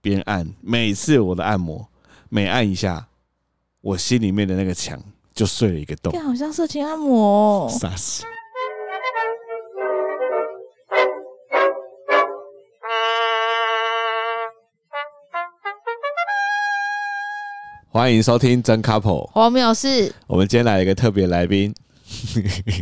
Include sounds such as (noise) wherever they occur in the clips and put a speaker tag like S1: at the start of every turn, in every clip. S1: 边按，每次我的按摩每按一下，我心里面的那个墙就碎了一个洞
S2: 啊这，好像色情按摩、哦，
S1: 傻死。欢迎收听真 couple，
S2: 荒谬是
S1: 我们今天来了一个特别来宾，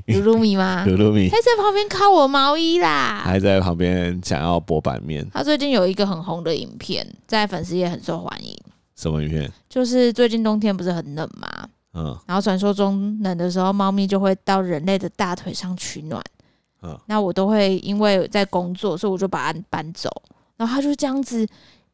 S2: 鲁鲁
S1: (laughs)
S2: 米吗？
S1: 鲁鲁米
S2: 他在旁边靠我毛衣啦。
S1: 还在旁边想要博版面，
S2: 他最近有一个很红的影片，在粉丝也很受欢迎。
S1: 什么影片？
S2: 就是最近冬天不是很冷吗？
S1: 嗯，
S2: 然后传说中冷的时候，猫咪就会到人类的大腿上取暖。
S1: 嗯
S2: 那我都会因为在工作，所以我就把它搬走。然后它就这样子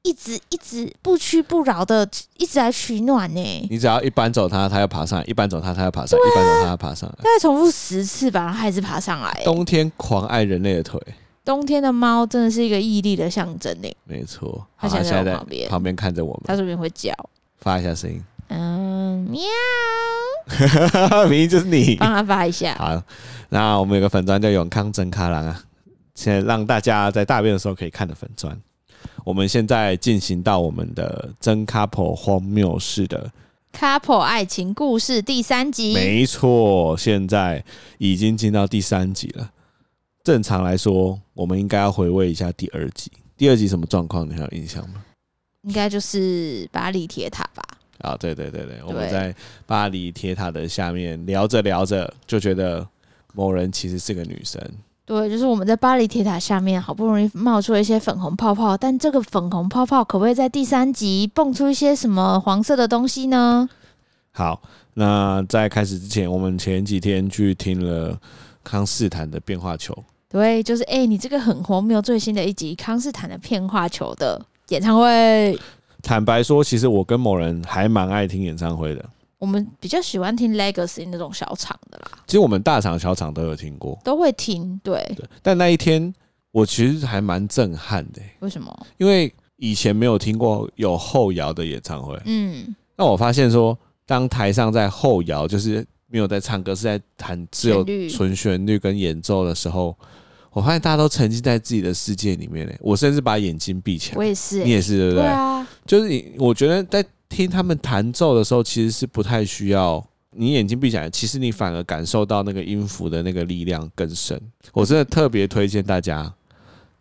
S2: 一直一直不屈不挠的，一直来取暖呢、
S1: 你只要一搬走它，它要爬上来；一搬走它，它要爬上来；一搬走它，它要爬上来。
S2: 大概重复十次吧，然后它还是爬上来、欸。
S1: 冬天狂爱人类的腿，
S2: 冬天的猫真的是一个毅力的象征呢、
S1: 没错。好，
S2: 它
S1: 它
S2: 现
S1: 现在
S2: 在在我
S1: 在
S2: 旁边
S1: 旁边看着我们，
S2: 它说不定会叫，
S1: 发一下声音， (laughs)
S2: 嗯，喵，
S1: 明明就是你。
S2: 帮它发一下。
S1: 好，那我们有个粉砖叫永康真卡郎啊，现在让大家在大便的时候可以看的粉砖。我们现在进行到我们的真 couple 荒谬式的，
S2: couple 爱情故事第三集，
S1: 没错，现在已经进到第三集了。正常来说，我们应该要回味一下第二集。第二集什么状况？你还有印象吗？
S2: 应该就是巴黎铁塔吧？
S1: 啊，对对对对，我们在巴黎铁塔的下面聊着聊着，就觉得某人其实是个女生，
S2: 对，就是我们在巴黎铁塔下面，好不容易冒出了一些粉红泡泡，但这个粉红泡泡可不可以在第三集蹦出一些什么黄色的东西呢？
S1: 好，那在开始之前，我们前几天去听了康斯坦的变化球，
S2: 对，就是哎、你这个很荒谬，最新的一集康斯坦的片化球的演唱会，
S1: 坦白说，其实我跟某人还蛮爱听演唱会的。
S2: 我们比较喜欢听 Legacy 那种小场的啦，
S1: 其实我们大场小场都有听过，
S2: 都会听。对，
S1: 对。但那一天我其实还蛮震撼的欸、
S2: 为什么？
S1: 因为以前没有听过有后摇的演唱会。
S2: 嗯，
S1: 那我发现说，当台上在后摇，就是没有在唱歌，是在弹只有
S2: 旋律
S1: 纯旋律跟演奏的时候，我发现大家都沉浸在自己的世界里面嘞、我甚至把眼睛闭起来
S2: 我。也是、
S1: 你也是对不
S2: 对
S1: 对？
S2: 啊，
S1: 就是你，我觉得在听他们弹奏的时候，其实是不太需要你眼睛闭起来，其实你反而感受到那个音符的那个力量更深。我真的特别推荐大家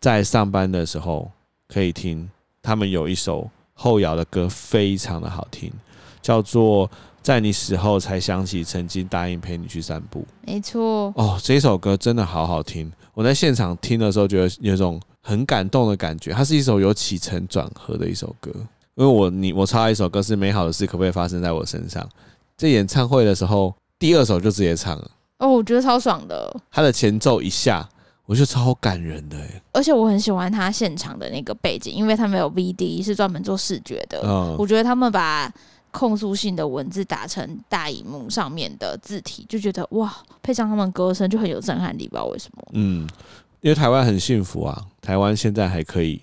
S1: 在上班的时候可以听，他们有一首后摇的歌非常的好听，叫做《在你死后才想起曾经答应陪你去散步》。
S2: 没错。
S1: 哦，这首歌真的好好听。我在现场听的时候，觉得有一种很感动的感觉。它是一首有起承转合的一首歌。因为我你我插一首歌是《美好的事可不可以发生在我身上》，在演唱会的时候，第二首就直接唱了，
S2: 哦，我觉得超爽的，
S1: 它的前奏一下，我就超感人的、欸。
S2: 而且我很喜欢他现场的那个背景，因为他们有 VD 是专门做视觉的，
S1: 嗯
S2: 我觉得他们把控诉性的文字打成大荧幕上面的字体，就觉得哇，配上他们歌声就很有震撼力吧？为什么？
S1: 嗯，因为台湾很幸福啊，台湾现在还可以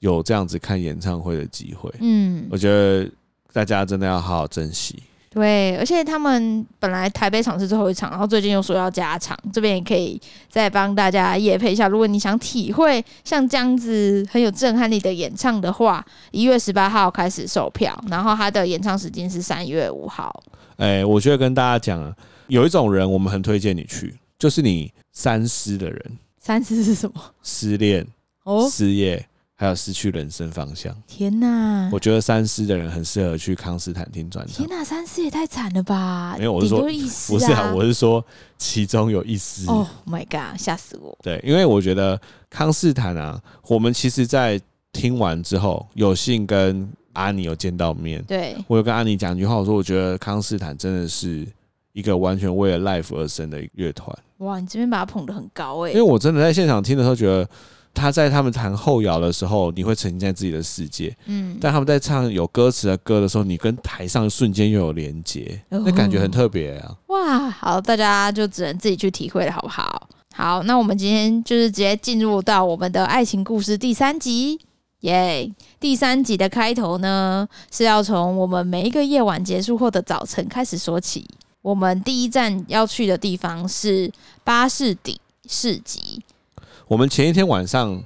S1: 有这样子看演唱会的机会，
S2: 嗯
S1: 我，觉得大家真的要好好珍惜。
S2: 对，而且他们本来台北场是最后一场，然后最近又说要加场，这边也可以再帮大家夜配一下。如果你想体会像这样子很有震撼力的演唱的话，一月十八号开始售票，然后他的演唱时间是三月五号。
S1: 哎、我觉得跟大家讲啊，有一种人我们很推荐你去，就是你三失的人，
S2: 三十是什么？
S1: 失恋、
S2: 哦，
S1: 失业，还有失去人生方向。
S2: 天哪！
S1: 我觉得三失的人很适合去康斯坦听专场
S2: 天。哪，三十也太惨了吧！
S1: 没有我是
S2: 顶
S1: 说
S2: 多一丝
S1: 不是啊，
S2: 啊，
S1: 我是说其中有一失。
S2: Oh my god！吓死我！
S1: 对，因为我觉得康斯坦啊，我们其实在听完之后，有幸跟阿尼有见到面，
S2: 对，
S1: 我有跟阿尼讲一句话，我说我觉得康斯坦真的是一个完全为了 life 而生的乐团。
S2: 哇，你这边把它捧得很高哎、
S1: 因为我真的在现场听的时候，觉得他在他们弹后摇的时候，你会沉浸在自己的世界；
S2: 嗯，
S1: 但他们在唱有歌词的歌的时候，你跟台上瞬间又有连接，
S2: 哦
S1: 那感觉很特别啊。
S2: 哇，好，大家就只能自己去体会了，好不好？好，那我们今天就是直接进入到我们的爱情故事第三集，耶、第三集的开头呢，是要从我们每一个夜晚结束后的早晨开始说起。我们第一站要去的地方是巴士底市集，
S1: 我们前一天晚上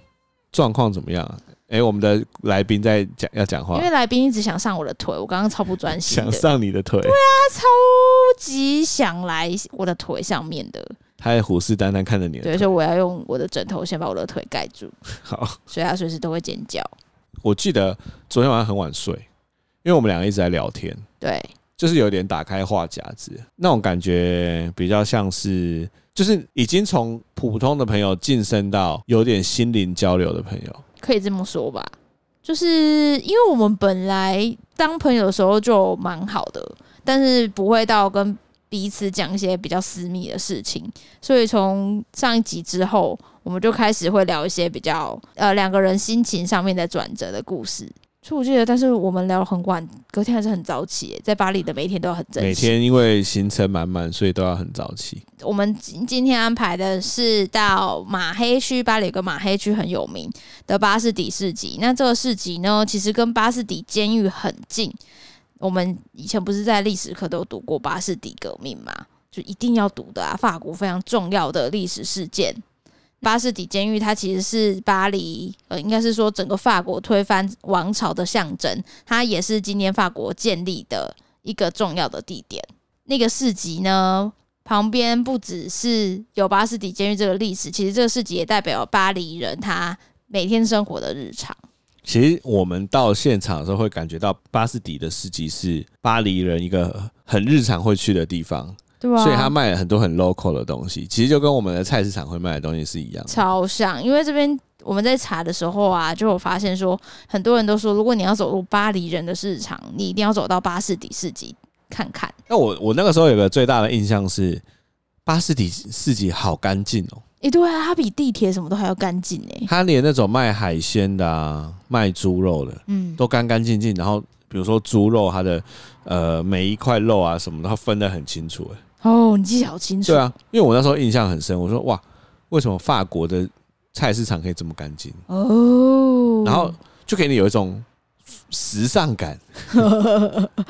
S1: 状况怎么样啊？哎、我们的来宾在讲要讲话
S2: 因，为来宾一直想上我的腿，我刚刚超不专心
S1: 想
S2: 的，
S1: 上你的腿，
S2: 他超级想来我的腿上面的，
S1: 他也虎视眈眈看着你的
S2: 对，
S1: 腿。
S2: 所以我要用我的枕头先把我的腿盖住，
S1: 好，
S2: 所以他随时都会尖叫。
S1: 我记得昨天晚上很晚睡，因为我们两个一直在聊天，
S2: 对，
S1: 就是有点打开话匣子那种感觉，比较像是就是已经从普通的朋友晋升到有点心灵交流的朋友。
S2: 可以这么说吧，就是因为我们本来当朋友的时候就蛮好的，但是不会到跟彼此讲一些比较私密的事情，所以从上一集之后，我们就开始会聊一些比较呃两个人心情上面的转折的故事。所以我记得，但是我们聊很晚，隔天还是很早起耶，在巴黎的每一天都要很珍惜。
S1: 每天因为行程满满，所以都要很早起。
S2: 我们今今天安排的是到马黑区，巴黎有个马黑区很有名的巴士底市集。那这个市集呢，其实跟巴士底监狱很近。我们以前不是在历史课都读过巴士底革命嘛，就一定要读的啊，法国非常重要的历史事件。巴士底监狱，它其实是巴黎，呃，应该是说整个法国推翻王朝的象征，它也是今年法国建立的一个重要的地点。那个市集呢，旁边不只是有巴士底监狱这个历史，其实这个市集也代表巴黎人他每天生活的日常。
S1: 其实我们到现场的时候，会感觉到巴士底的市集是巴黎人一个很日常会去的地方，
S2: 对啊
S1: 所以他卖了很多很 local 的东西，其实就跟我们的菜市场会卖的东西是一样的。
S2: 超像，因为这边我们在查的时候啊，就有发现说，很多人都说，如果你要走入巴黎人的市场，你一定要走到巴士底市集看看。
S1: 那我我那个时候有个最大的印象是，巴士底市集好干净哦，
S2: 诶、对啊，它比地铁什么都还要干净诶。
S1: 它连那种卖海鲜的啊、卖猪肉的
S2: 嗯，
S1: 都干干净净，然后比如说猪肉，它的呃每一块肉啊什么的，它分得很清楚。哎
S2: 哦，你记得好清楚。
S1: 对，啊，因为我那时候印象很深，我说哇，为什么法国的菜市场可以这么干净？
S2: 哦，
S1: 然后就给你有一种时尚感，
S2: (laughs)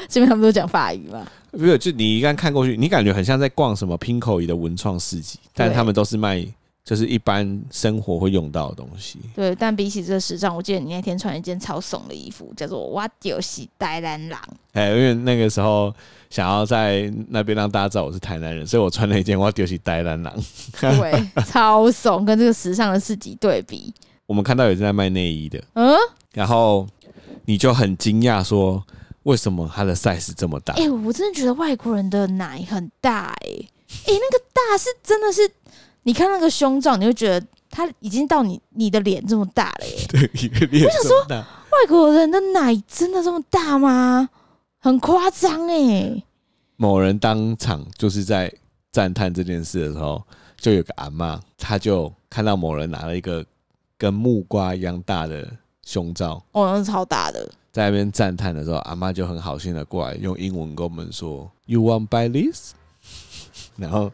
S2: 这边他们都讲法语嘛。
S1: 没有，就你一看看过去，你感觉很像在逛什么 Pinko 的文创市集，但
S2: 对
S1: 他们都是卖就是一般生活会用到的东西。
S2: 对，但比起这时尚，我记得你那天穿一件超怂的衣服，叫做“我丢西呆兰 (laughs) 狼
S1: 哎、因为那个时候想要在那边让大家知道我是台南人，所以我穿了一件我要丢起呆兰狼。”，
S2: 对，超怂，跟这个时尚的市集对比，
S1: (laughs) 我们看到有人在卖内衣的，
S2: 嗯，
S1: 然后你就很惊讶说，为什么它的 size 这么大？
S2: 哎、我真的觉得外国人的奶很大、欸，哎，哎，那个大是真的是，你看那个胸罩，你会觉得它已经到你你的脸这么大了、耶。
S1: (laughs) 对，一个脸这么大。
S2: 外国人的奶真的这么大吗？很夸张哎，
S1: 某人当场就是在赞叹这件事的时候，就有个阿嬷，她就看到某人拿了一个跟木瓜一样大的胸罩，
S2: 哦，那是超大的，
S1: 在那边赞叹的时候，阿嬷就很好心的过来用英文跟我们说：“You want buy this？” (laughs) 然后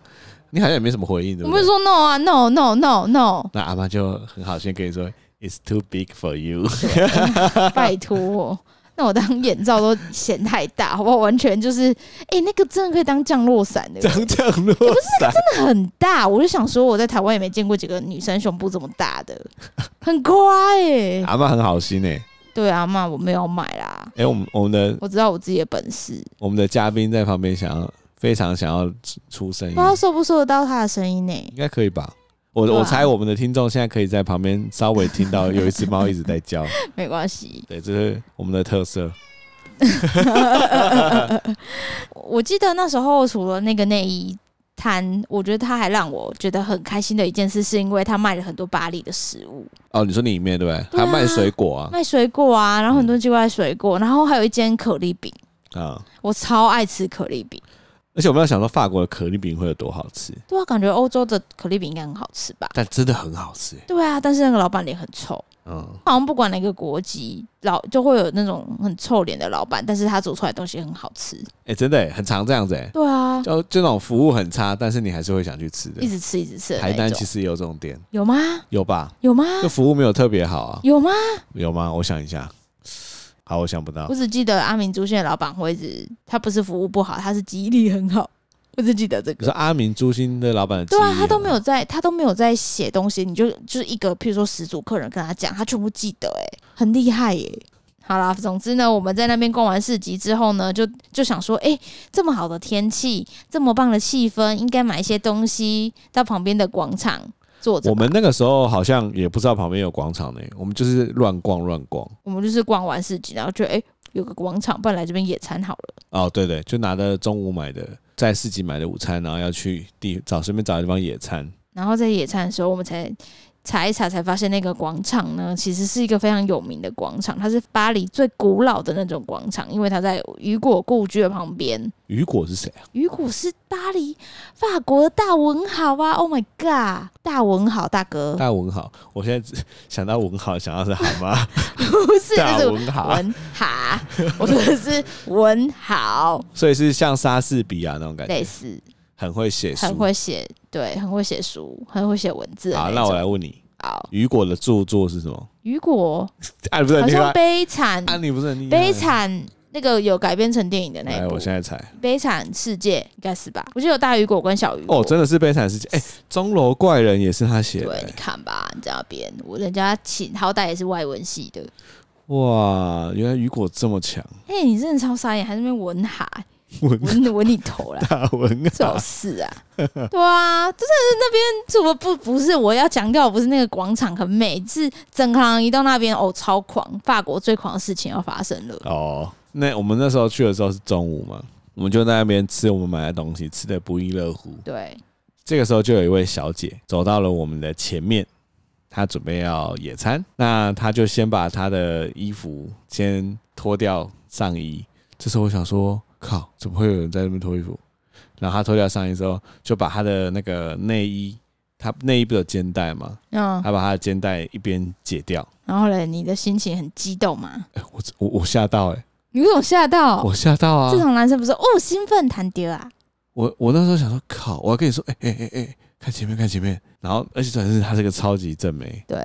S1: 你好像也没什么回应，对
S2: 我
S1: 不
S2: 们
S1: 对？
S2: 说 no 啊，no no no no，
S1: 那阿嬷就很好心地跟你说：“It's too big for you。 (laughs)
S2: (laughs) 拜托。那我当眼罩都嫌太大，好不好？完全就是，哎、那个真的可以当降落伞的，”
S1: 张降落伞，
S2: 真的很大。我就想说，我在台湾也没见过几个女生胸部这么大的，很夸哎、
S1: 阿嬷很好心诶、欸。
S2: 对啊，妈，我没有买啦，
S1: 哎、我们我们的
S2: 我知道我自己的本事，
S1: 我们的嘉宾在旁边想要非常想要出出声
S2: 不
S1: 音
S2: 知，道收不收得到她的声音呢、
S1: 应该可以吧？我
S2: 对啊
S1: 我猜我们的听众现在可以在旁边稍微听到有一只猫一直在叫，
S2: (laughs) 没关系，
S1: 对，这是我们的特色。
S2: (laughs) 我记得那时候除了那个内衣摊，我觉得他还让我觉得很开心的一件事，是因为他卖了很多巴黎的食物，
S1: 哦，你说里面对不对？
S2: 对
S1: 还
S2: 啊
S1: 卖水果啊
S2: 卖水果啊，然后很多奇怪的水
S1: 嗯
S2: 果，然后还有一间可丽饼，
S1: 啊！
S2: 我超爱吃可丽饼。
S1: 而且我们要想说法国的可丽饼会有多好吃，
S2: 对啊，感觉欧洲的可丽饼应该很好吃吧？
S1: 但真的很好吃欸。
S2: 对啊，但是那个老板脸很臭，
S1: 嗯，
S2: 好像不管哪个国籍，老就会有那种很臭脸的老板，但是他做出来的东西很好吃。
S1: 哎，真的欸很常这样子哎，
S2: 对啊，
S1: 就就那种服务很差，但是你还是会想去吃的
S2: 一。直吃一直吃的
S1: 台
S2: 那
S1: 南
S2: 种
S1: 其。实也有这种店，
S2: 有吗？
S1: 有吧？
S2: 有吗？
S1: 就服务没有特别好啊，
S2: 有吗？
S1: 有吗？我想一下，好，我想不到
S2: 我。只记得阿明猪现的老板会一直，他不是服务不好，他是记忆力很好。我只记得这
S1: 你
S2: 个
S1: 说。阿明朱星的老板的记忆
S2: 对啊，他都
S1: 吗
S2: 没有在，他都没有在写东西，你就就是一个，譬如说十组客人跟他讲，他全部记得、欸，哎，很厉害耶、好啦，总之呢，我们在那边逛完市集之后呢，就就想说，哎、这么好的天气，这么棒的气氛，应该买一些东西到旁边的广场坐着
S1: 我
S2: 吧。
S1: 们那个时候好像也不知道旁边有广场呢、我们就是乱逛乱逛。
S2: 我们就是逛完市集，然后觉得哎、诶有个广场，不然来这边野餐好了。
S1: 哦，对对，就拿着中午买的在市集买的午餐，然后要去地找随便找个地方野餐。
S2: 然后在野餐的时候，我们才查一查，才发现那个广场呢，其实是一个非常有名的广场，它是巴黎最古老的那种广场，因为它在雨果故居的旁边。
S1: 雨果是谁啊？
S2: 雨果是巴黎法国的大文豪啊！Oh my god，大文豪大 (laughs) 哥，
S1: (laughs) 大文豪。我现在只想到文豪，想到是好吗？
S2: 不是，
S1: 大
S2: (laughs) 这是
S1: 文豪，
S2: 文豪，我说的是文豪，
S1: 所以是像莎士比亚那种感
S2: 类
S1: 觉，
S2: 似，
S1: 很会哎写书。
S2: 很会写，对，很会写书，很会写文字的
S1: 好，
S2: 种。
S1: 那我来问你，
S2: 好，
S1: 雨果的著作是什么？
S2: 雨果
S1: 啊，不是
S2: 好
S1: 很厉
S2: 像
S1: 害，
S2: 悲惨，
S1: 啊，你不是很厉害，
S2: 悲。惨那个有改编成电影的那
S1: 来，
S2: 一部
S1: 我现
S2: 《
S1: 在猜，
S2: 悲惨世界》，应该是吧？我记得有大雨果跟小雨果。
S1: 哦，真的是悲惨世界。哎，钟楼怪人也是他写的
S2: 对，
S1: 欸
S2: 你。看吧，你在那边，我人家请好歹也是外文
S1: (laughs)
S2: 系的。
S1: 哇，原来雨果这么强，
S2: 哎、你真的超傻眼，还是那边文哈
S1: 文，
S2: 文文你头啦
S1: (laughs) 大文
S2: 最好
S1: 豪。
S2: 是啊，对啊，就是那边怎么不不是我要强调，不是那个广场很美，是整行一到那边哦，超狂，法国最狂的事情要发生了。
S1: 哦，那我们那时候去的时候是中午嘛，我们就在那边吃我们买的东西，吃的不亦乐乎。
S2: 对，
S1: 这个时候就有一位小姐走到了我们的前面，她准备要野餐，那她就先把她的衣服先脱掉上衣。这时候我想说，靠，怎么会有人在那边脱衣服？然后她脱掉上衣之后，就把她的那个内衣，她内衣不是有肩带吗？
S2: 嗯，
S1: 她把她的肩带一边解掉。
S2: 然后嘞，你的心情很激动嘛？
S1: 哎我我我吓到哎、
S2: 你有种吓到？
S1: 我吓到啊！
S2: 正常男生不是哦兴奋弹丢啊，
S1: 我我那时候想说，靠！我要跟你说，哎哎哎哎，看前面，看前面。然后，而且重点是她是个超级正妹，
S2: 对，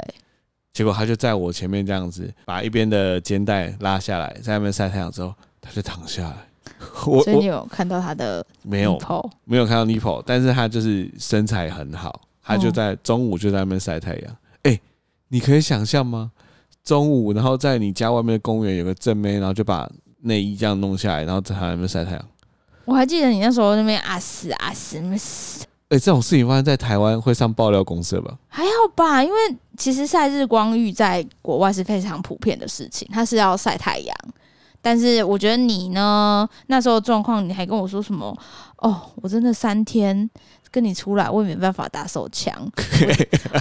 S1: 结果她就在我前面这样子，把一边的肩带拉下来，在那边晒太阳之后，她就躺下来。 (laughs) 我
S2: 所以
S1: 我
S2: 你有看到他的
S1: 没有
S2: nipple
S1: 没有看到 nipple，但是她就是身材很好，她就
S2: 哦
S1: 在、中午就在那边晒太阳。哎、你可以想象吗？中午，然后在你家外面的公园有个正妹，然后就把内衣这样弄下来，然后在她那边晒太阳。
S2: 我还记得你那时候那边啊死啊死，那边死
S1: 哎、这种事情发生在台湾会上爆料公社吧？
S2: 还好吧，因为其实晒日光浴在国外是非常普遍的事情，它是要晒太阳。但是我觉得你呢，那时候状况你还跟我说什么？哦，我真的三天跟你出来，我也没办法打手
S1: (laughs)
S2: 枪，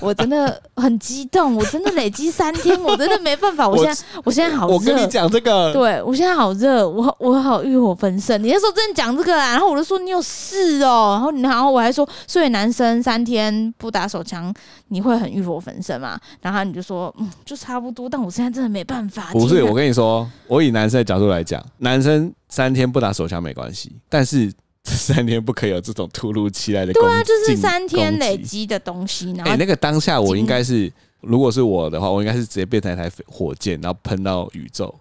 S2: 我我真的很激动，我真的累积三天，我真的没办法，我现在我现在好热，
S1: 我跟你讲这
S2: (laughs)
S1: 个，
S2: 对我现在好热，我我好欲火焚身。你那时候真的讲这个啊，然后我就说你有事哦，然后你然后我还说，所以男生三天不打手枪，你会很欲火焚身嘛？然后你就说，嗯，就差不多，但我现在真的没办法。
S1: 不
S2: 啊天
S1: 是
S2: 哪
S1: 我跟你说，我以男生的角度来讲，男生三天不打手枪没关系，但是 (laughs) 这三天不可以有这种突如其来的攻击。对啊，
S2: 就是三天累
S1: 积。
S2: 积的东西，然
S1: 哎、
S2: 后
S1: 那个当下我
S2: 进
S1: 应该是，如果是我的话，我应该是直接变成一台飞火箭，然后喷到宇宙，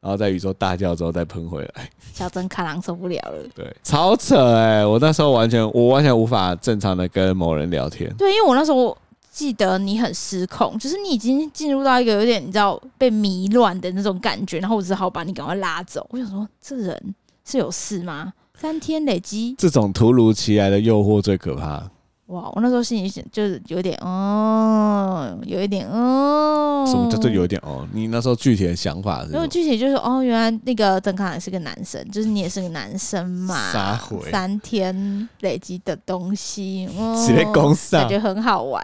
S1: 然后在宇宙大叫之后再喷回来。
S2: 小珍卡郎受不了了。
S1: 对，超扯哎、我那时候完全，我完全无法正常的跟某人聊天。
S2: 对，因为我那时候记得你很失控，就是你已经进入到一个有点你知道被迷乱的那种感觉，然后我只好把你赶快拉走。我想说，这人是有事吗？三天累积，
S1: 这种突如其来的诱惑最可怕，
S2: 哇！我那时候心里想，就是有点哦，有一点哦，
S1: 什么叫做有一点哦？你那时候具体的想法是
S2: 没
S1: 什
S2: 有
S1: 么？
S2: 具体就是哦，原来那个邓康也是个男生，就是你也是个男生嘛。
S1: 撒回
S2: 三天累积的东西，哦、
S1: 直接攻上
S2: 感觉很好玩，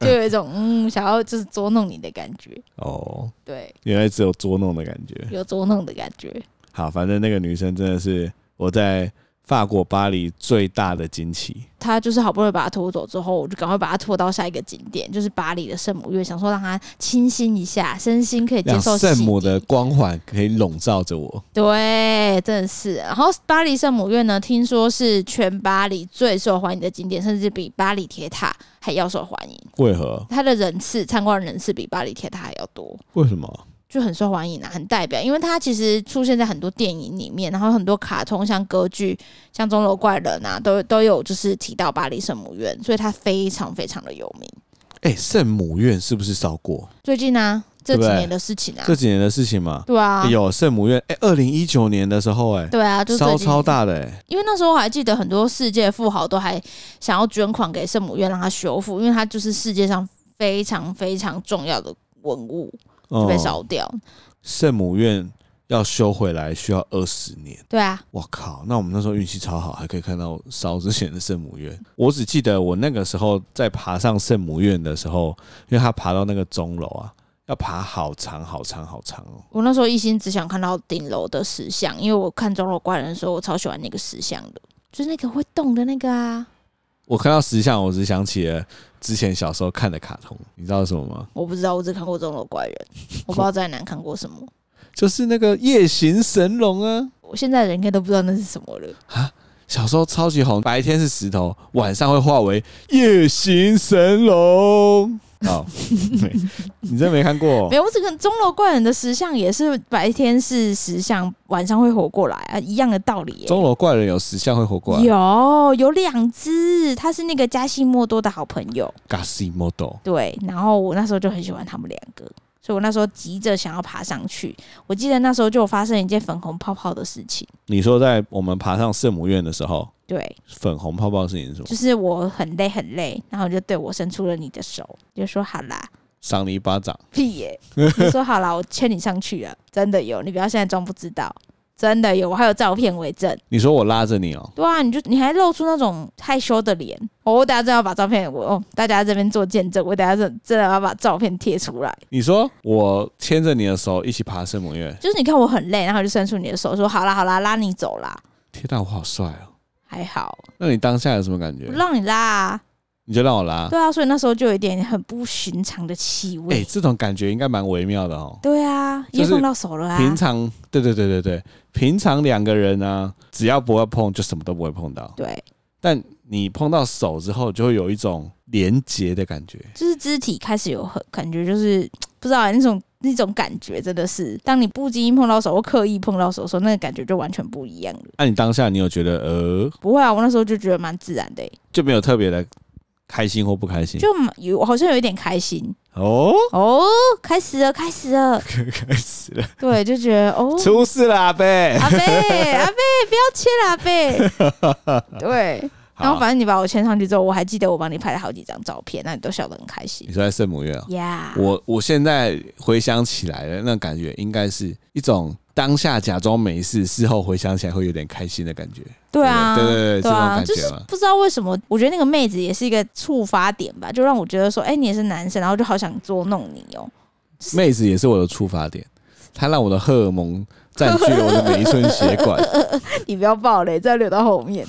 S2: 就有一种嗯想要就是捉弄你的感觉，
S1: 哦。
S2: 对，
S1: 原来只有捉弄的感觉。
S2: 有捉弄的感觉。
S1: 好，反正那个女生真的是我在法国巴黎最大的惊奇。
S2: 他就是好不容易把他拖走之后，我就赶快把他拖到下一个景点，就是巴黎的圣母院，想说让他清新一下，身心可以哎接
S1: 让
S2: 受
S1: 圣
S2: 洗
S1: 母
S2: 涤
S1: 的光环可以笼罩着我，
S2: 对，真的是。然后巴黎圣母院呢，听说是全巴黎最受欢迎的景点，甚至比巴黎铁塔还要受欢迎。
S1: 为何？
S2: 它的人次参观人次比巴黎铁塔还要多。
S1: 为什么？
S2: 就很受欢迎啊，很代表，因为它其实出现在很多电影里面，然后很多卡通像歌剧、像《钟楼怪人》啊，都都有就是提到巴黎圣母院，所以它非常非常的有名。
S1: 哎、圣母院是不是烧过？
S2: 最近呢、这几
S1: 对不对
S2: 年的事情啊，
S1: 这几年的事情嘛，
S2: 对啊，
S1: 有圣母院。哎、2二零一九年的时候、哎、
S2: 对啊，就最
S1: 烧
S2: 近
S1: 超大的、哎，
S2: 因为那时候我还记得很多世界富豪都还想要捐款给圣母院让它修复，因为它就是世界上非常非常重要的文物就被
S1: 嗯
S2: 烧掉。
S1: 圣母院要修回来需要二十年。
S2: 对啊，
S1: 我靠！那我们那时候运气超好，还可以看到烧之前的圣母院。 (laughs) 我只记得我那个时候在爬上圣母院的时候，因为他爬到那个钟楼啊，要爬好长好长好长哦。
S2: 我那时候一心只想看到顶楼的石像，因为我看《钟楼怪人》的时候，我超喜欢那个石像的，就是那个会动的那个啊。
S1: 我看到石像，我只想起了之前小时候看的卡通，你知道什么吗？
S2: 我不知道，我只看过《钟楼怪人》，我不知道在南看过什么。
S1: 就是那个夜行神龙啊，
S2: 我现在人应该都不知道那是什么了。
S1: 小时候超级红，白天是石头，晚上会化为夜行神龙。 (laughs) 哦，没你真没看过、哦
S2: 没有，我只看《钟楼怪人》的石像也是白天是石像，晚上会活过来啊，一样的道理、耶。
S1: 钟楼怪人有石像会活过来，
S2: 有有两只，他是那个加西莫多的好朋友，
S1: 嘎西莫多。
S2: 对。然后我那时候就很喜欢他们两个，所以我那时候急着想要爬上去。我记得那时候就有发生一件粉红泡泡的事情，
S1: 你说在我们爬上圣母院的时候，
S2: 对，
S1: 粉红泡泡的事情是什么
S2: 就？是我很累很累，然后你就对我伸出了你的手，就说好啦，
S1: 赏你一巴掌，
S2: 屁耶、你说好啦，我牵你上去了，真的有，你不要现在装不知道。真的有，我还有照片为证。
S1: 你说我拉着你哦、
S2: 对啊，你就你还露出那种害羞的脸。哦，我等下真的要把照片，我哦，大家这边做见证，我等下真真的要把照片贴出来。
S1: 你说我牵着你的手一起爬圣母院，
S2: 就是你看我很累，然后就伸出你的手说：“好啦好啦，拉你走啦。
S1: 天哪，我好帅哦、”
S2: 还好，
S1: 那你当下有什么感
S2: 我
S1: 觉？
S2: 让你拉、啊。
S1: 你就让我拉。
S2: 对啊，所以那时候就有一点很不寻常的气
S1: 哎、
S2: 味。
S1: 这种感觉应该蛮微妙的哦、
S2: 对啊，
S1: 就是
S2: 也碰到手了啊。
S1: 平常，对对对对对，平常两个人呢、只要不会碰，就什么都不会碰到。
S2: 对，
S1: 但你碰到手之后，就会有一种连结的感觉。
S2: 就是肢体开始有很感觉，就是不知道、欸、那种那种感觉真的是，当你不经意碰到手或刻意碰到手的时候，那个感觉就完全不一样了。
S1: 那、啊你当下你有觉得呃，
S2: 不会啊，我那时候就觉得蛮自然的欸、
S1: 就没有特别的开心或不开心？
S2: 就蛮有好像有一点开心
S1: 哦，
S2: 哦，开始了，开
S1: (laughs)
S2: 始了，
S1: 开始了，
S2: 对，就觉得哦，
S1: 出事了，阿贝。
S2: 阿贝阿贝，不要切了，阿贝，
S1: (laughs)
S2: 对。然后
S1: 好
S2: 反正你把我牵上去之后，我还记得我帮你拍了好几张照片，那你都笑得很开心
S1: 你说在圣母院啊？
S2: 呀。Yeah，
S1: (laughs) 我我现在回想起来了，那感觉应该是一种当下假装没事，事后回想起来会有点开心的感觉。
S2: 对啊，
S1: 对对对，这种
S2: 啊，
S1: 感
S2: 就是
S1: 觉嘛。
S2: 不知道为什么，我觉得那个妹子也是一个触发点吧，就让我觉得说，哎、你也是男生，然后就好想捉弄你
S1: (laughs)
S2: 哦、
S1: 妹子也是我的出发点，她让我的荷尔蒙占据了我的每一寸血
S2: (laughs)
S1: 管。
S2: 你不要爆雷，再留到后面。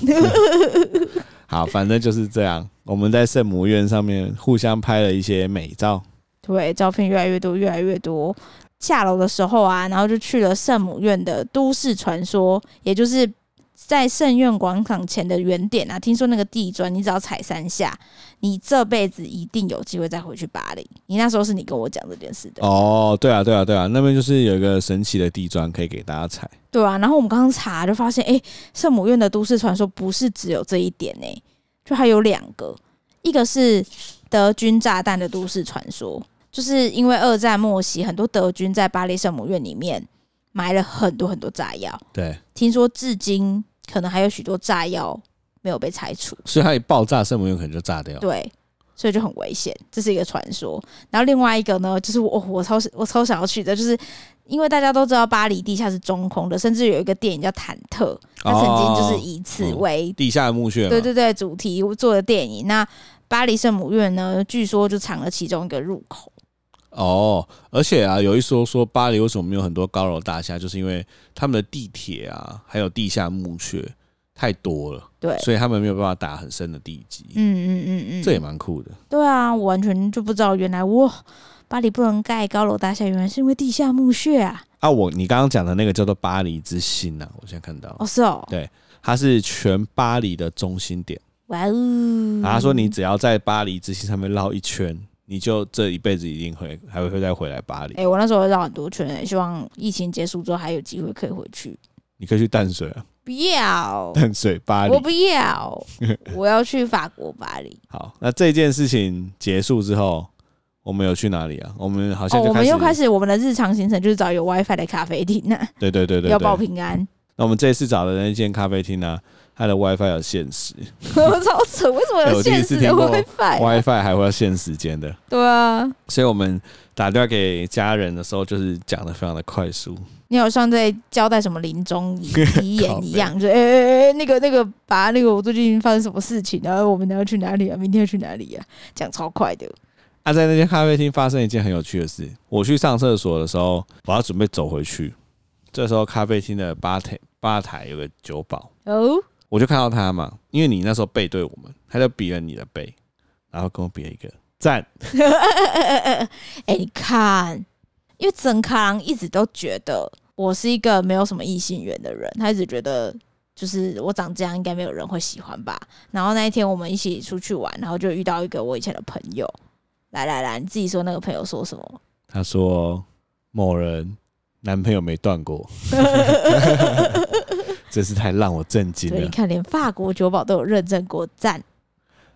S1: 好，反正就是这样。我们在圣母院上面互相拍了一些美照。
S2: 对，照片越来越多，越来越多。下楼的时候啊，然后就去了圣母院的都市传说，也就是在圣院广场前的原点啊。听说那个地砖，你只要踩三下，你这辈子一定有机会再回去巴黎。你那时候是你跟我讲这件事的，
S1: 哦，对啊，对啊，对啊，那边就是有一个神奇的地砖可以给大家踩。
S2: 对啊。然后我们刚刚查就发现，诶，圣母院的都市传说不是只有这一点呢、就还有两个，一个是德军炸弹的都市传说，就是因为二战末期，很多德军在巴黎圣母院里面埋了很多很多炸药，
S1: 对，
S2: 听说至今可能还有许多炸药没有被拆除，
S1: 所以它一爆炸，圣母院可能就炸掉。
S2: 对。所以就很危险，这是一个传说。然后另外一个呢，就是我、哦、我超我超想要去的，就是因为大家都知道巴黎地下是中空的，甚至有一个电影叫《忐忑》，它曾经就是
S1: 哦
S2: 以此
S1: 嗯啊
S2: 为
S1: 地下墓穴嘛。
S2: 对对对，主题做的电影。那巴黎圣母院呢，据说就藏了其中一个入口。
S1: 哦，而且啊，有一说说巴黎为什么没有很多高楼大厦，就是因为他们的地铁啊，还有地下墓穴太多了，
S2: 对，
S1: 所以他们没有办法打很深的地基。
S2: 嗯嗯嗯嗯，
S1: 这也蛮酷的。
S2: 对啊，我完全就不知道，原来哇，巴黎不能盖高楼大厦，原来是因为地下墓穴啊！
S1: 啊，我你刚刚讲的那个叫做巴黎之心啊，我现在看到
S2: 哦，是哦，
S1: 对它是全巴黎的中心点。
S2: 哇哦，
S1: 啊啊他说你只要在巴黎之心上面绕一圈，你你就这一辈子一定会还会再回来巴黎
S2: 哎、。我那时候绕很多圈、欸，希望疫情结束之后还有机会可以回去。
S1: 你可以去淡水啊，(laughs)
S2: 不要，
S1: 淡水巴黎
S2: 我。不
S1: (laughs)
S2: 要，我要去法国巴黎。
S1: 好，那这件事情结束之后，我们有去哪里啊？我们好
S2: 哦，
S1: 像
S2: 我
S1: 就开
S2: 们
S1: 始，
S2: 又开始我们的日常行程，就是找有 WiFi 的咖啡厅啊，
S1: 对对对对
S2: 要报
S1: 对。
S2: 平安。 (laughs)
S1: 那我们这一次找的那间咖啡厅呢、啊它的 WiFi 有限时
S2: 我超扯，为什么
S1: 哎
S2: 有
S1: 我第一
S2: 限
S1: 次
S2: 时
S1: 听
S2: 的
S1: 过
S2: WiFi？啊
S1: ，WiFi 还会要限时间的，
S2: 对啊，
S1: 所以我们打电话给家人的时候，就是讲的非常的快速。
S2: 你好像在交代什么临终遗遗
S1: 靠
S2: 言
S1: 北
S2: 一样，就哎哎哎，那个那个，把那个我最近发生什么事情，然后我们要去哪里啊，明天要去哪里啊，讲超快的。
S1: 啊，在那间咖啡厅发生一件很有趣的事。我去上厕所的时候，我要准备走回去，这时候咖啡厅的吧台吧台有个酒保，
S2: 哦，
S1: 我就看到他嘛，因为你那时候背对我们，他就比了你的背，然后跟我比了一个赞。
S2: (laughs) 哎、你看，因为曾卡郎一直都觉得我是一个没有什么异性缘的人，他一直觉得就是我长这样应该没有人会喜欢吧。然后那一天我们一起出去玩，然后就遇到一个我以前的朋友。来来来，你自己说那个朋友说什么？
S1: 他说某人男朋友没断过， (laughs) 真是太让我震惊
S2: 对，你
S1: 了。
S2: 看，连法国酒保都有认证过，赞！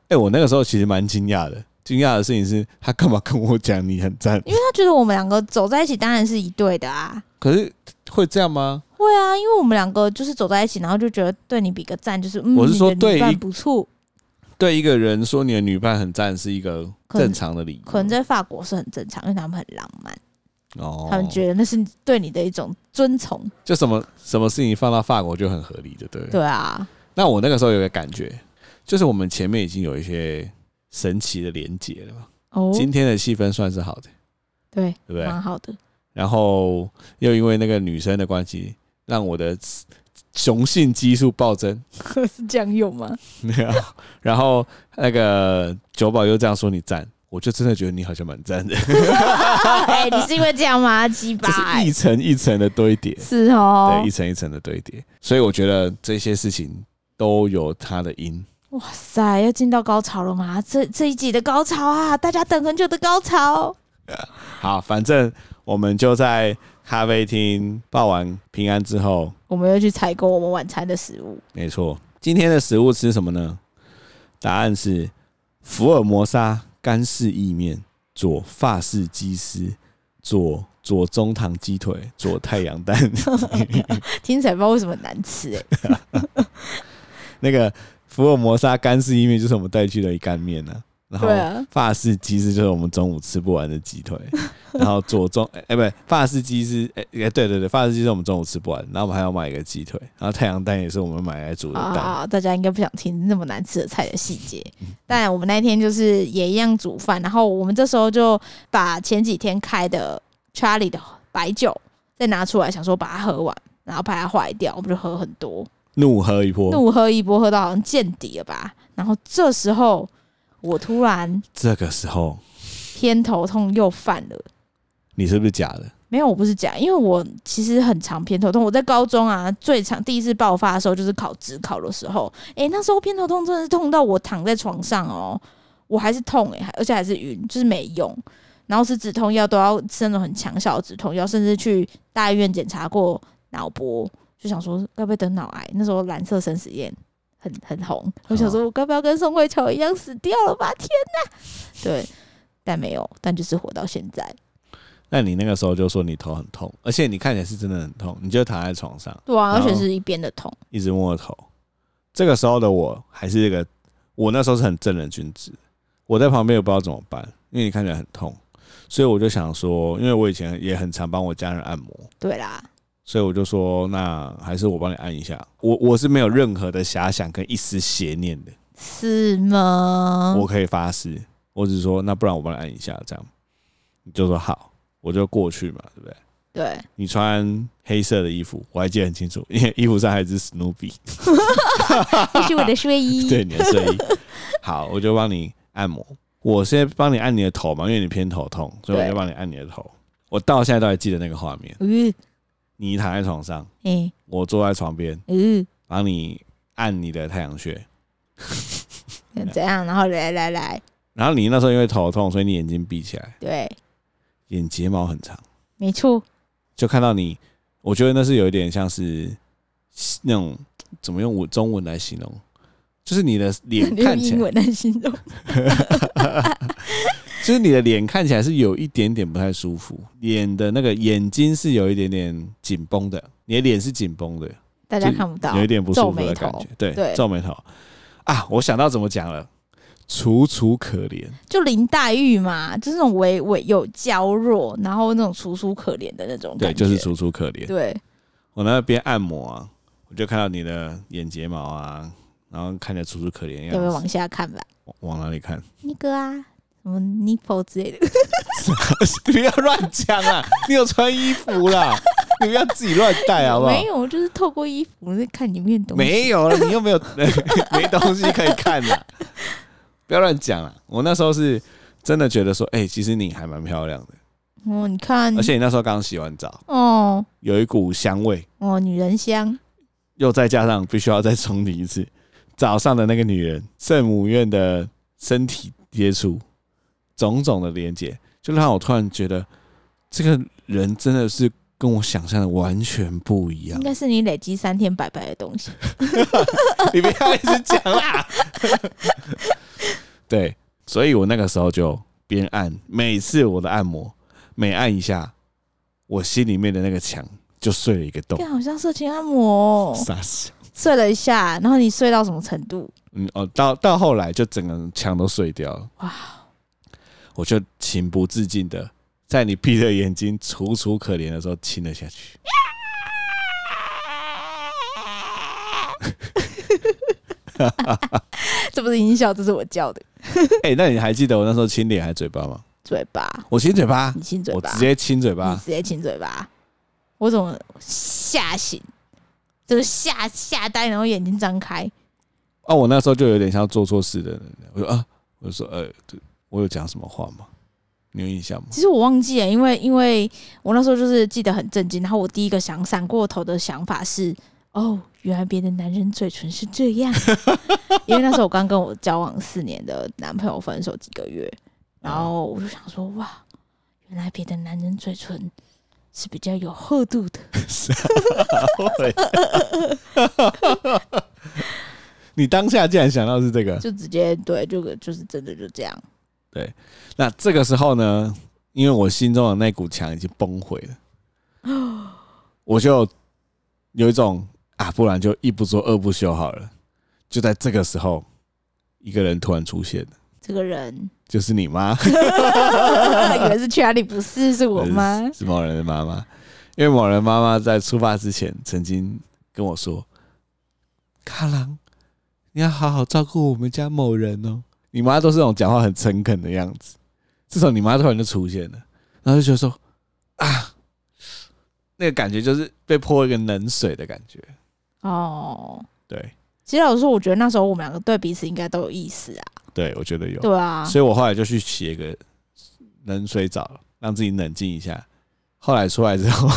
S1: 哎、我那个时候其实蛮惊讶的，惊讶的事情是他干嘛跟我讲你很赞？
S2: 因为他觉得我们两个走在一起当然是一对的啊。
S1: 可是会这样吗？
S2: 会啊，因为我们两个就是走在一起，然后就觉得对你比个赞，就是嗯，
S1: 我是说
S2: 你的女
S1: 对
S2: 伴
S1: 一
S2: 不错，
S1: 对一个人说你的女伴很赞是一个
S2: 可能
S1: 正常的理由，
S2: 可能在法国是很正常，因为他们很浪漫，
S1: 哦，
S2: 他们觉得那是对你的一种尊崇。
S1: 就什么什么事情放到法国就很合理的，对不对？
S2: 对啊，
S1: 那我那个时候有个感觉，就是我们前面已经有一些神奇的连结了嘛，
S2: 哦，啊
S1: 今天的气氛算是好的，
S2: 对，
S1: 对不对？
S2: 蛮好的。 (laughs)
S1: 然后又因为那个女生的关系，让我的雄性激素暴增， (laughs)
S2: 是这样用吗？
S1: 没有。然后那个酒保又这样说你赞，我就真的觉得你好像蛮赞的，
S2: (laughs) 哎、你是因为这样吗？鸡巴
S1: 这、是一层一层的堆叠，
S2: 是哦
S1: 对，一，层一层的堆叠。所以我觉得这些事情都有它的因。
S2: 哇塞，要进到高潮了吗？这这一集的高潮啊，大家等很久的高潮。
S1: (laughs) 好，反正我们就在咖啡厅报完平安之后，
S2: 我们又去采购我们晚餐的食物。
S1: 没错，今天的食物吃什么呢？答案是福尔摩沙干式意面，佐法式鸡丝，佐佐中堂鸡腿，佐太阳蛋。 (laughs)
S2: 听起来不知道为什么很难吃哎、
S1: 那个福尔摩沙干式意面就是我们带去的一干面啊，然后
S2: 对啊，
S1: 法式鸡丝就是我们中午吃不完的鸡
S2: (laughs)
S1: 腿，然后左中哎、不对，法式鸡丝哎哎对对对，法式鸡丝我们中午吃不完，然后我们还要买一个鸡腿，然后太阳蛋也是我们买来煮的蛋，
S2: 啊，大家应该不想听那么难吃的菜的细节。嗯但我们那天就是也一样煮饭，然后我们这时候就把前几天开的 Charlie 的白酒再拿出来，想说把它喝完，然后怕它坏掉，我们就喝很多，
S1: 怒喝一波，
S2: 怒喝一波，喝到好像见底了吧。然后这时候我突然
S1: 这个时候
S2: 偏头痛又犯了。
S1: 你是不是假的？
S2: 没有，我不是假，因为我其实很常偏头痛。我在高中啊，最常第一次爆发的时候就是考职考的时候，诶、那时候偏头痛真的是痛到我躺在床上哦，我还是痛诶、还而且还是晕，就是没用。然后吃止痛药都要吃那种很强效的止痛药，甚至去大医院检查过脑波，就想说该不会得脑癌？那时候蓝色生死宴很很红，我想说我该不要跟宋慧乔一样死掉了吧？天哪！对，但没有，但就是活到现在。
S1: 那你那个时候就说你头很痛，而且你看起来是真的很痛，你就躺在床上
S2: 对啊，而且
S1: 然后
S2: 是一边的痛。
S1: 一直摸头。这个时候的我还是这个，我那时候是很正人君子，我在旁边也不知道怎么办，因为你看起来很痛，所以我就想说，因为我以前也很常帮我家人按摩，
S2: 对啦，
S1: 所以我就说，那还是我帮你按一下。我我是没有任何的遐想跟一丝邪念的，
S2: 是吗？
S1: 我可以发誓。我只是说，那不然我帮你按一下，这样你就说好，我就过去嘛，对不对？
S2: 对，
S1: 你穿黑色的衣服，我还记得很清楚， (laughs) 因为衣服上还有一只史努比，
S2: 这是我的睡
S1: (laughs)
S2: 衣。
S1: 对，你的睡衣。好，我就帮你按摩。我先帮你按你的头嘛，因为你偏头痛，所以我
S2: 对
S1: 就帮你按你的头。我到现在都还记得那个画面，
S2: 嗯，
S1: 你躺在床上，
S2: 哎，
S1: 我坐在床边，
S2: 嗯，
S1: 帮你按你的太阳穴。 (laughs)
S2: 怎样？然后来来来，
S1: 然后你那时候因为头痛，所以你眼睛闭起来，
S2: 对，
S1: 眼睫毛很长，
S2: 没错，
S1: 就看到你，我觉得那是有一点像是那种怎么用我中文来形容，就是你的脸
S2: 你 (laughs) 用
S1: 看起
S2: 英
S1: 来，
S2: 文来形容，
S1: (laughs) 就是你的脸看起来是有一点点不太舒服，脸的那个眼睛是有一点点紧绷的，你的脸是紧绷的，
S2: 大家看不到
S1: 有一，点不舒服
S2: 啊皱眉
S1: 的
S2: 头
S1: 感觉，对，
S2: 对
S1: 皱眉头啊，我想到怎么讲了，楚楚可怜。
S2: 就林黛玉嘛，就是那种微微有娇弱，然后那种楚楚可怜的那种
S1: 对，
S2: 感觉，
S1: 就是楚楚可怜。
S2: 对，
S1: 我那边按摩啊，我就看到你的眼睫毛啊，然后看起来楚楚可怜的
S2: 要不要
S1: 样子。
S2: 往下看吧？
S1: 往往哪里看？ (laughs)
S2: 那个啊，什么 nipple 之类的，
S1: 不要乱讲啊！你有穿衣服啦， (laughs) 你不要自己乱戴哎好不好
S2: 没？有，就是透过衣服在看里面的东西。
S1: 没有了，你又没有 (laughs) 没东西可以看啦。 (laughs) 不要乱讲啦！啊我那时候是真的觉得说，哎、其实你还蛮漂亮的，
S2: 哦，你看
S1: 而，且你那时候刚洗完澡，
S2: 哦
S1: 有一股香味，
S2: 哦，女人香，
S1: 又再加上必须要再重提一次，早上的那个女人，圣母院的身体接触，种种的连接，就让我突然觉得，这个人真的是跟我想象的完全不一样
S2: 应。该是你累积三天白白的东西。
S1: 你不要一直讲
S2: (laughs)
S1: 啦。对，所以我那个时候就边按，每次我的按摩，每按一下，我心里面的那个墙就碎了一个洞
S2: 看，。啊好像色情按摩、哦，
S1: 傻笑。
S2: 睡了一下，然后你睡到什么程
S1: (laughs)
S2: 度？
S1: 嗯哦，到到后来就整个墙都碎掉了。
S2: 哇！
S1: 我就情不自禁的在你闭着眼睛楚楚可怜的时候亲了下去。 (laughs)
S2: 这不是音效，这是我叫的
S1: 哎、那你还记得我那时候亲脸还是嘴巴吗？
S2: 嘴巴，
S1: 我亲嘴巴，
S2: 你亲嘴
S1: 我
S2: 巴，嗯
S1: 直接亲嘴
S2: 你
S1: 巴
S2: 直。接亲嘴巴，我怎么吓醒？就是吓吓呆，然后眼睛张开，
S1: 哦，我那时候就有点像做错事的人，我说啊，我就说呃，对我有讲什么话吗？你有印象
S2: (laughs)
S1: 吗？ (laughs)
S2: 其实我忘记了，因为因为我那时候就是记得很震惊，然后我第一个想闪过头的想法是，哦，原来别的男人嘴唇是这样，因为那时候我刚跟我交往四年的男朋友分手几个月，然后我就想说，哇，原来别的男人嘴唇是比较有厚度的，
S1: 你当下竟然想到是这个，
S2: 就直接对，就就是真的就这样，
S1: 那这个时候呢，因为我心中的那股墙已经崩毁了，我就有一种啊，不然就一不做二不休好了。就在这个时候，一个人突然出现了，
S2: 这个人 (laughs)
S1: 就是你妈，
S2: 以为是去哪里，不是是我妈，
S1: 是某人的妈妈。因为某人妈妈在出发之前曾经跟我说：“卡郎，你要好好照顾我们家某人哦。”你妈都是那种讲话很诚恳的样子。这时候你妈突然就出现了，然后就觉得说：“啊，那个感觉就是被泼一个冷水的感觉。
S2: 哦。”
S1: 对，
S2: 其实老实说，我觉得那时候我们两个对彼此应该都有意思啊，
S1: 对我觉得有。
S2: 对啊，
S1: 所以我后来就去洗一个冷水澡，让自己冷静一下。后来出来之后，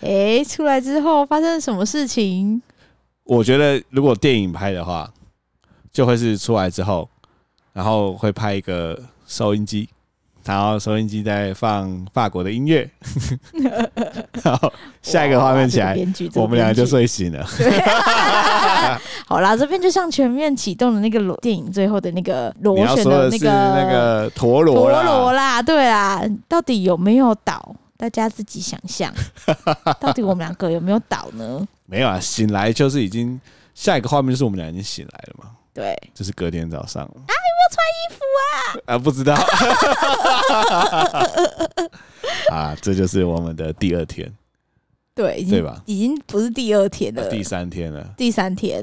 S2: 诶，出来之后发生了什么事情？
S1: 我觉得如果电影拍的话，就会是出来之后，然后会拍一个收音机，然后收音机再放法国的音乐，然后下一个画面起
S2: 哇这个
S1: 来，
S2: 编剧，这个
S1: 我们俩
S2: 编剧
S1: 就睡醒了。
S2: 好啦。这边就像全面启动的那个螺电影最后的那个螺
S1: 你要
S2: 旋
S1: 说的
S2: 那
S1: 是那
S2: 个
S1: 个陀螺啊
S2: 陀
S1: 啦，啊
S2: 螺啦，对啦，到底有没有倒？大家自己想
S1: (laughs)
S2: 象，到底我们两个有没有倒呢？
S1: 没有啊，醒来就是已经下一个画面就是我们俩已经醒来了嘛，
S2: 对，
S1: 就是隔天早上啊，有没有穿衣服啊？啊，不知道 (laughs) 啊，这就是我们的第二天，
S2: 对，已经
S1: 对吧
S2: 已经不是第二天
S1: 啊
S2: 了，
S1: 第三天了。
S2: 第三天，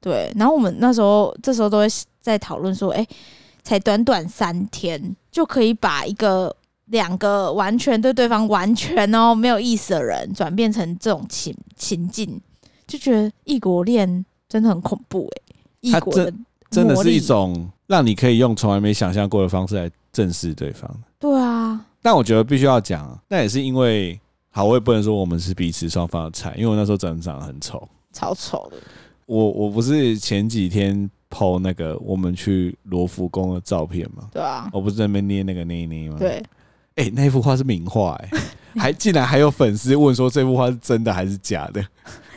S2: 对。然后我们那时候这时候都会在讨论说，哎、才短短三天就可以把一个两个完全对对方完全哦没有意思的人，转变成这种情情境，就觉得异国恋真的很恐怖哎、异
S1: 它
S2: 国
S1: 真
S2: 的
S1: 真的
S2: 魔
S1: 是
S2: 力
S1: 一种让你可以用从来没想象过的方式来正视对方。
S2: 对啊，
S1: 但我觉得必须要讲，啊那也是因为，好，我也不能说我们是彼此双方的菜，因为我那时候真的长得很丑。
S2: 超丑的，
S1: 我我不是前几天 PO 那个我们去罗浮宫的照片吗？
S2: 对啊，
S1: 我不是在那边捏那个捏一捏吗？，
S2: 对，
S1: 哎、那幅画是名画、欸， (laughs) 还竟然还有粉丝问说这幅画是真的还是假的？ (laughs)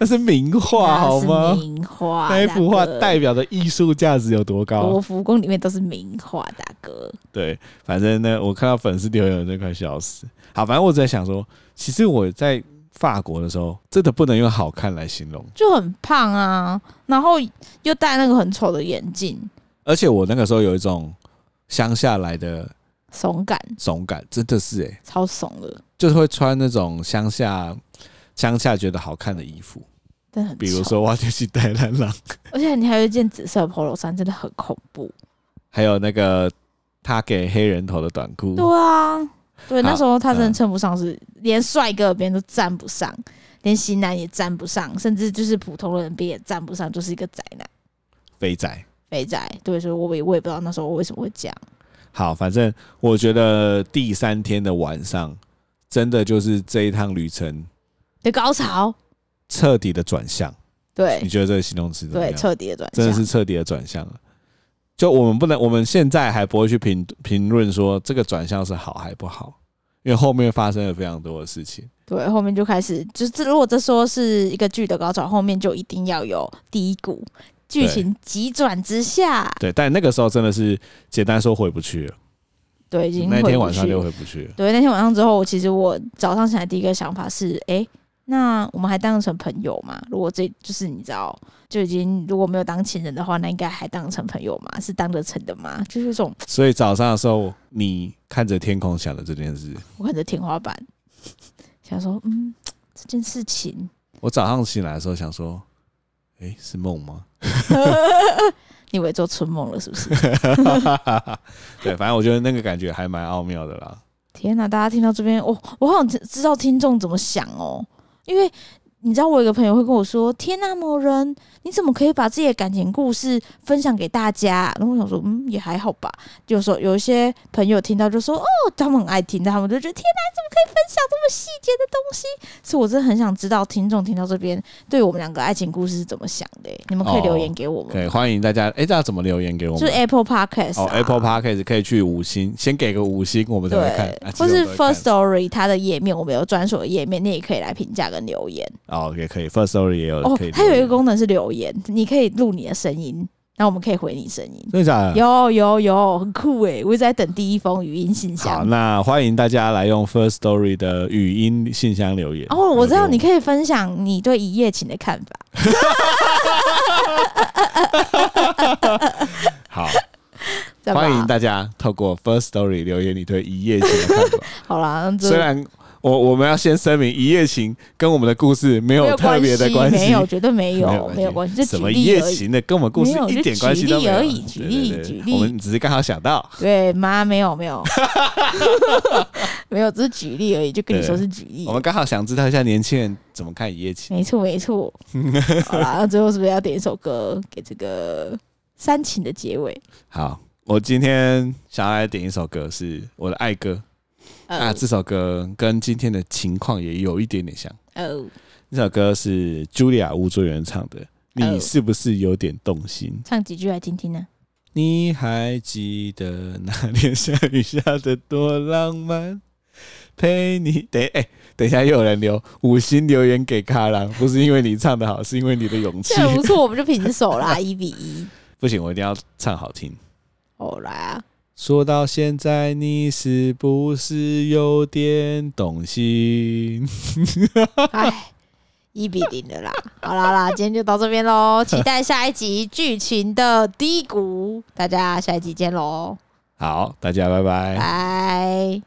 S1: 那是名画
S2: 那
S1: 好
S2: 是
S1: 吗？
S2: 名画，
S1: 那一幅画
S2: 大哥
S1: 代表的艺术价值有多高？
S2: 罗浮宫里面都是名画，大哥。
S1: 对，反正呢，我看到粉丝留言，我真快笑死。好，反正我只在想说，其实我在法国的时候，真的不能用好看来形容。
S2: 就很胖啊，然后又戴那个很丑的眼镜，
S1: 而且我那个时候有一种乡下来的
S2: 怂感
S1: 怂感，真的是诶、欸
S2: 超怂的，
S1: 就是会穿那种乡下乡下觉得好看的衣服，
S2: 但很丑
S1: 比如，说挖掘机带烂浪，
S2: 而且你还有一件紫色的 polo 衫，真的很恐怖。
S1: 还有那个他给黑人头的短裤。
S2: 对啊，对，
S1: 好
S2: 那时候他真的
S1: 嗯
S2: 称不上是，连帅哥别人都站不上，连型男也站不上，甚至就是普通人别也站不上，就是一个宅男
S1: 肥仔。
S2: 肥宅。对，所以我也我也不知道那时候我为什么会这样。
S1: 好，反正我觉得第三天的晚上，真的就是这一趟旅程
S2: 的高潮，
S1: 彻底的转向。
S2: 对
S1: 你觉得这个形容词怎么
S2: 对，
S1: 样？
S2: 彻底的转
S1: 真的
S2: 向，
S1: 是彻底的转向了。就我们不能，我们现在还不会去评评论说这个转向是好还不好，因为后面发生了非常多的事情。
S2: 对，后面就开始，就是这如果这说是一个剧的高潮，后面就一定要有低谷，剧情急转直下，
S1: 对，但那个时候真的是简单说回不去了，
S2: 对，已经
S1: 那
S2: 回
S1: 天
S2: 不
S1: 晚上
S2: 去
S1: 就回不去了。
S2: 对，那天晚上之后，我其实我早上起来第一个想法是，诶，那我们还当成朋友吗？如果这就是你知道，就已经如果没有当情人的话，那应该还当成朋友吗？是当得成的吗？就是这种，
S1: 所以早上的时候，你看着天空想的这件事，
S2: 我看着天花板，想说，嗯，这件事情， (laughs)
S1: 我早上醒来的时候想说，诶，是梦吗？ (laughs)
S2: 你以为做春梦了是不是？
S1: 对，反正我觉得那个感觉还蛮奥妙的
S2: (laughs)
S1: 啦。
S2: 天呐、大家听到这边，我、哦我好想知知道听众怎么想哦，因为你知道，我有一个朋友会跟我说：“天呐、某人，你怎么可以把自己的感情故事分享给大家？”然后我想说，嗯，也还好吧。有时候有一些朋友听到就说：“哦，他们很爱听，但他们就觉得天呐、你怎么可以分享这么细节的东西？”所以，我真的很想知道听众听到这边对我们两个爱情故事是怎么想的、欸你们可以
S1: 哦
S2: 留言给我们，
S1: 对，欢迎大家，诶，大家怎么留言给我
S2: 就是
S1: 们？
S2: Apple Podcast
S1: 哦
S2: 啊、
S1: ，Apple Podcast 可以去五星，先给个五星，我们才会看
S2: 对，，
S1: 啊
S2: 或
S1: 其实
S2: 是。
S1: 我们都会
S2: First
S1: 看
S2: Story 它的页面，我们有专属的页面，你也可以来评价跟留言。
S1: 哦，也可以，First Story 也有
S2: 哦
S1: 可以留言。，
S2: 它有一个功能是留言，你可以录你的声音，然后我们可以回你声音。
S1: 真的啊假的？
S2: 有有有，很酷诶！我一直在等第一封语音信
S1: 好，
S2: 箱。
S1: 那欢迎大家来用 First Story 的语音信箱留言。
S2: 哦，我知道你
S1: 留给
S2: 可以分享你对一夜情的看法。
S1: 我好，
S2: (laughs) 对吧
S1: 欢迎大家透过 First Story 留言你对一夜情的
S2: (laughs)
S1: 看法。
S2: 好啦，那这
S1: 虽然我我们要先声明，一夜情跟我们的故事没有特别的关系，
S2: 没有，绝对没
S1: 没
S2: 有，没有关系，就举
S1: 什么一
S2: 例
S1: 夜
S2: 而已。
S1: 情的跟我们故事
S2: 没有就
S1: 一点关系都没有
S2: 举例而已举例
S1: 对对对
S2: 举例
S1: 我们只是刚好想到。
S2: 对，妈，没有
S1: (laughs)
S2: 没有，没有，只是举例而已，就跟你说
S1: 对
S2: 是举例
S1: 我。们刚好想知道一下年轻人怎么看一夜情。
S2: 没错，没错。好啦，那最后是不是要点一首歌给这个煽情的结尾？
S1: 好，我今天想要来点一首歌，是我的爱歌。
S2: 呃
S1: 那这首歌跟今天的情况也有一点点像。
S2: 哦，
S1: 那首歌是 Julia 吴卓源唱的，你
S2: 哦
S1: 是不是有点动心？
S2: 唱几句来听听呢？
S1: 你还记得那天下雨下的多浪漫？陪你等哎、等一下又有人留五星留言给卡郎，不是因为你唱的好，是因为你的勇气
S2: 这。样不啊错，我们就平手啦，一比一。
S1: 不行，我一定要唱好听。
S2: 好啦，
S1: 说到现在，你是不是有点动心？ (laughs)
S2: 哎，一比零的啦。好啦 (laughs) 啦，今天就到这边喽，期待下一集剧情的低谷，大家下一集见喽，
S1: 好，大家拜拜。
S2: 拜。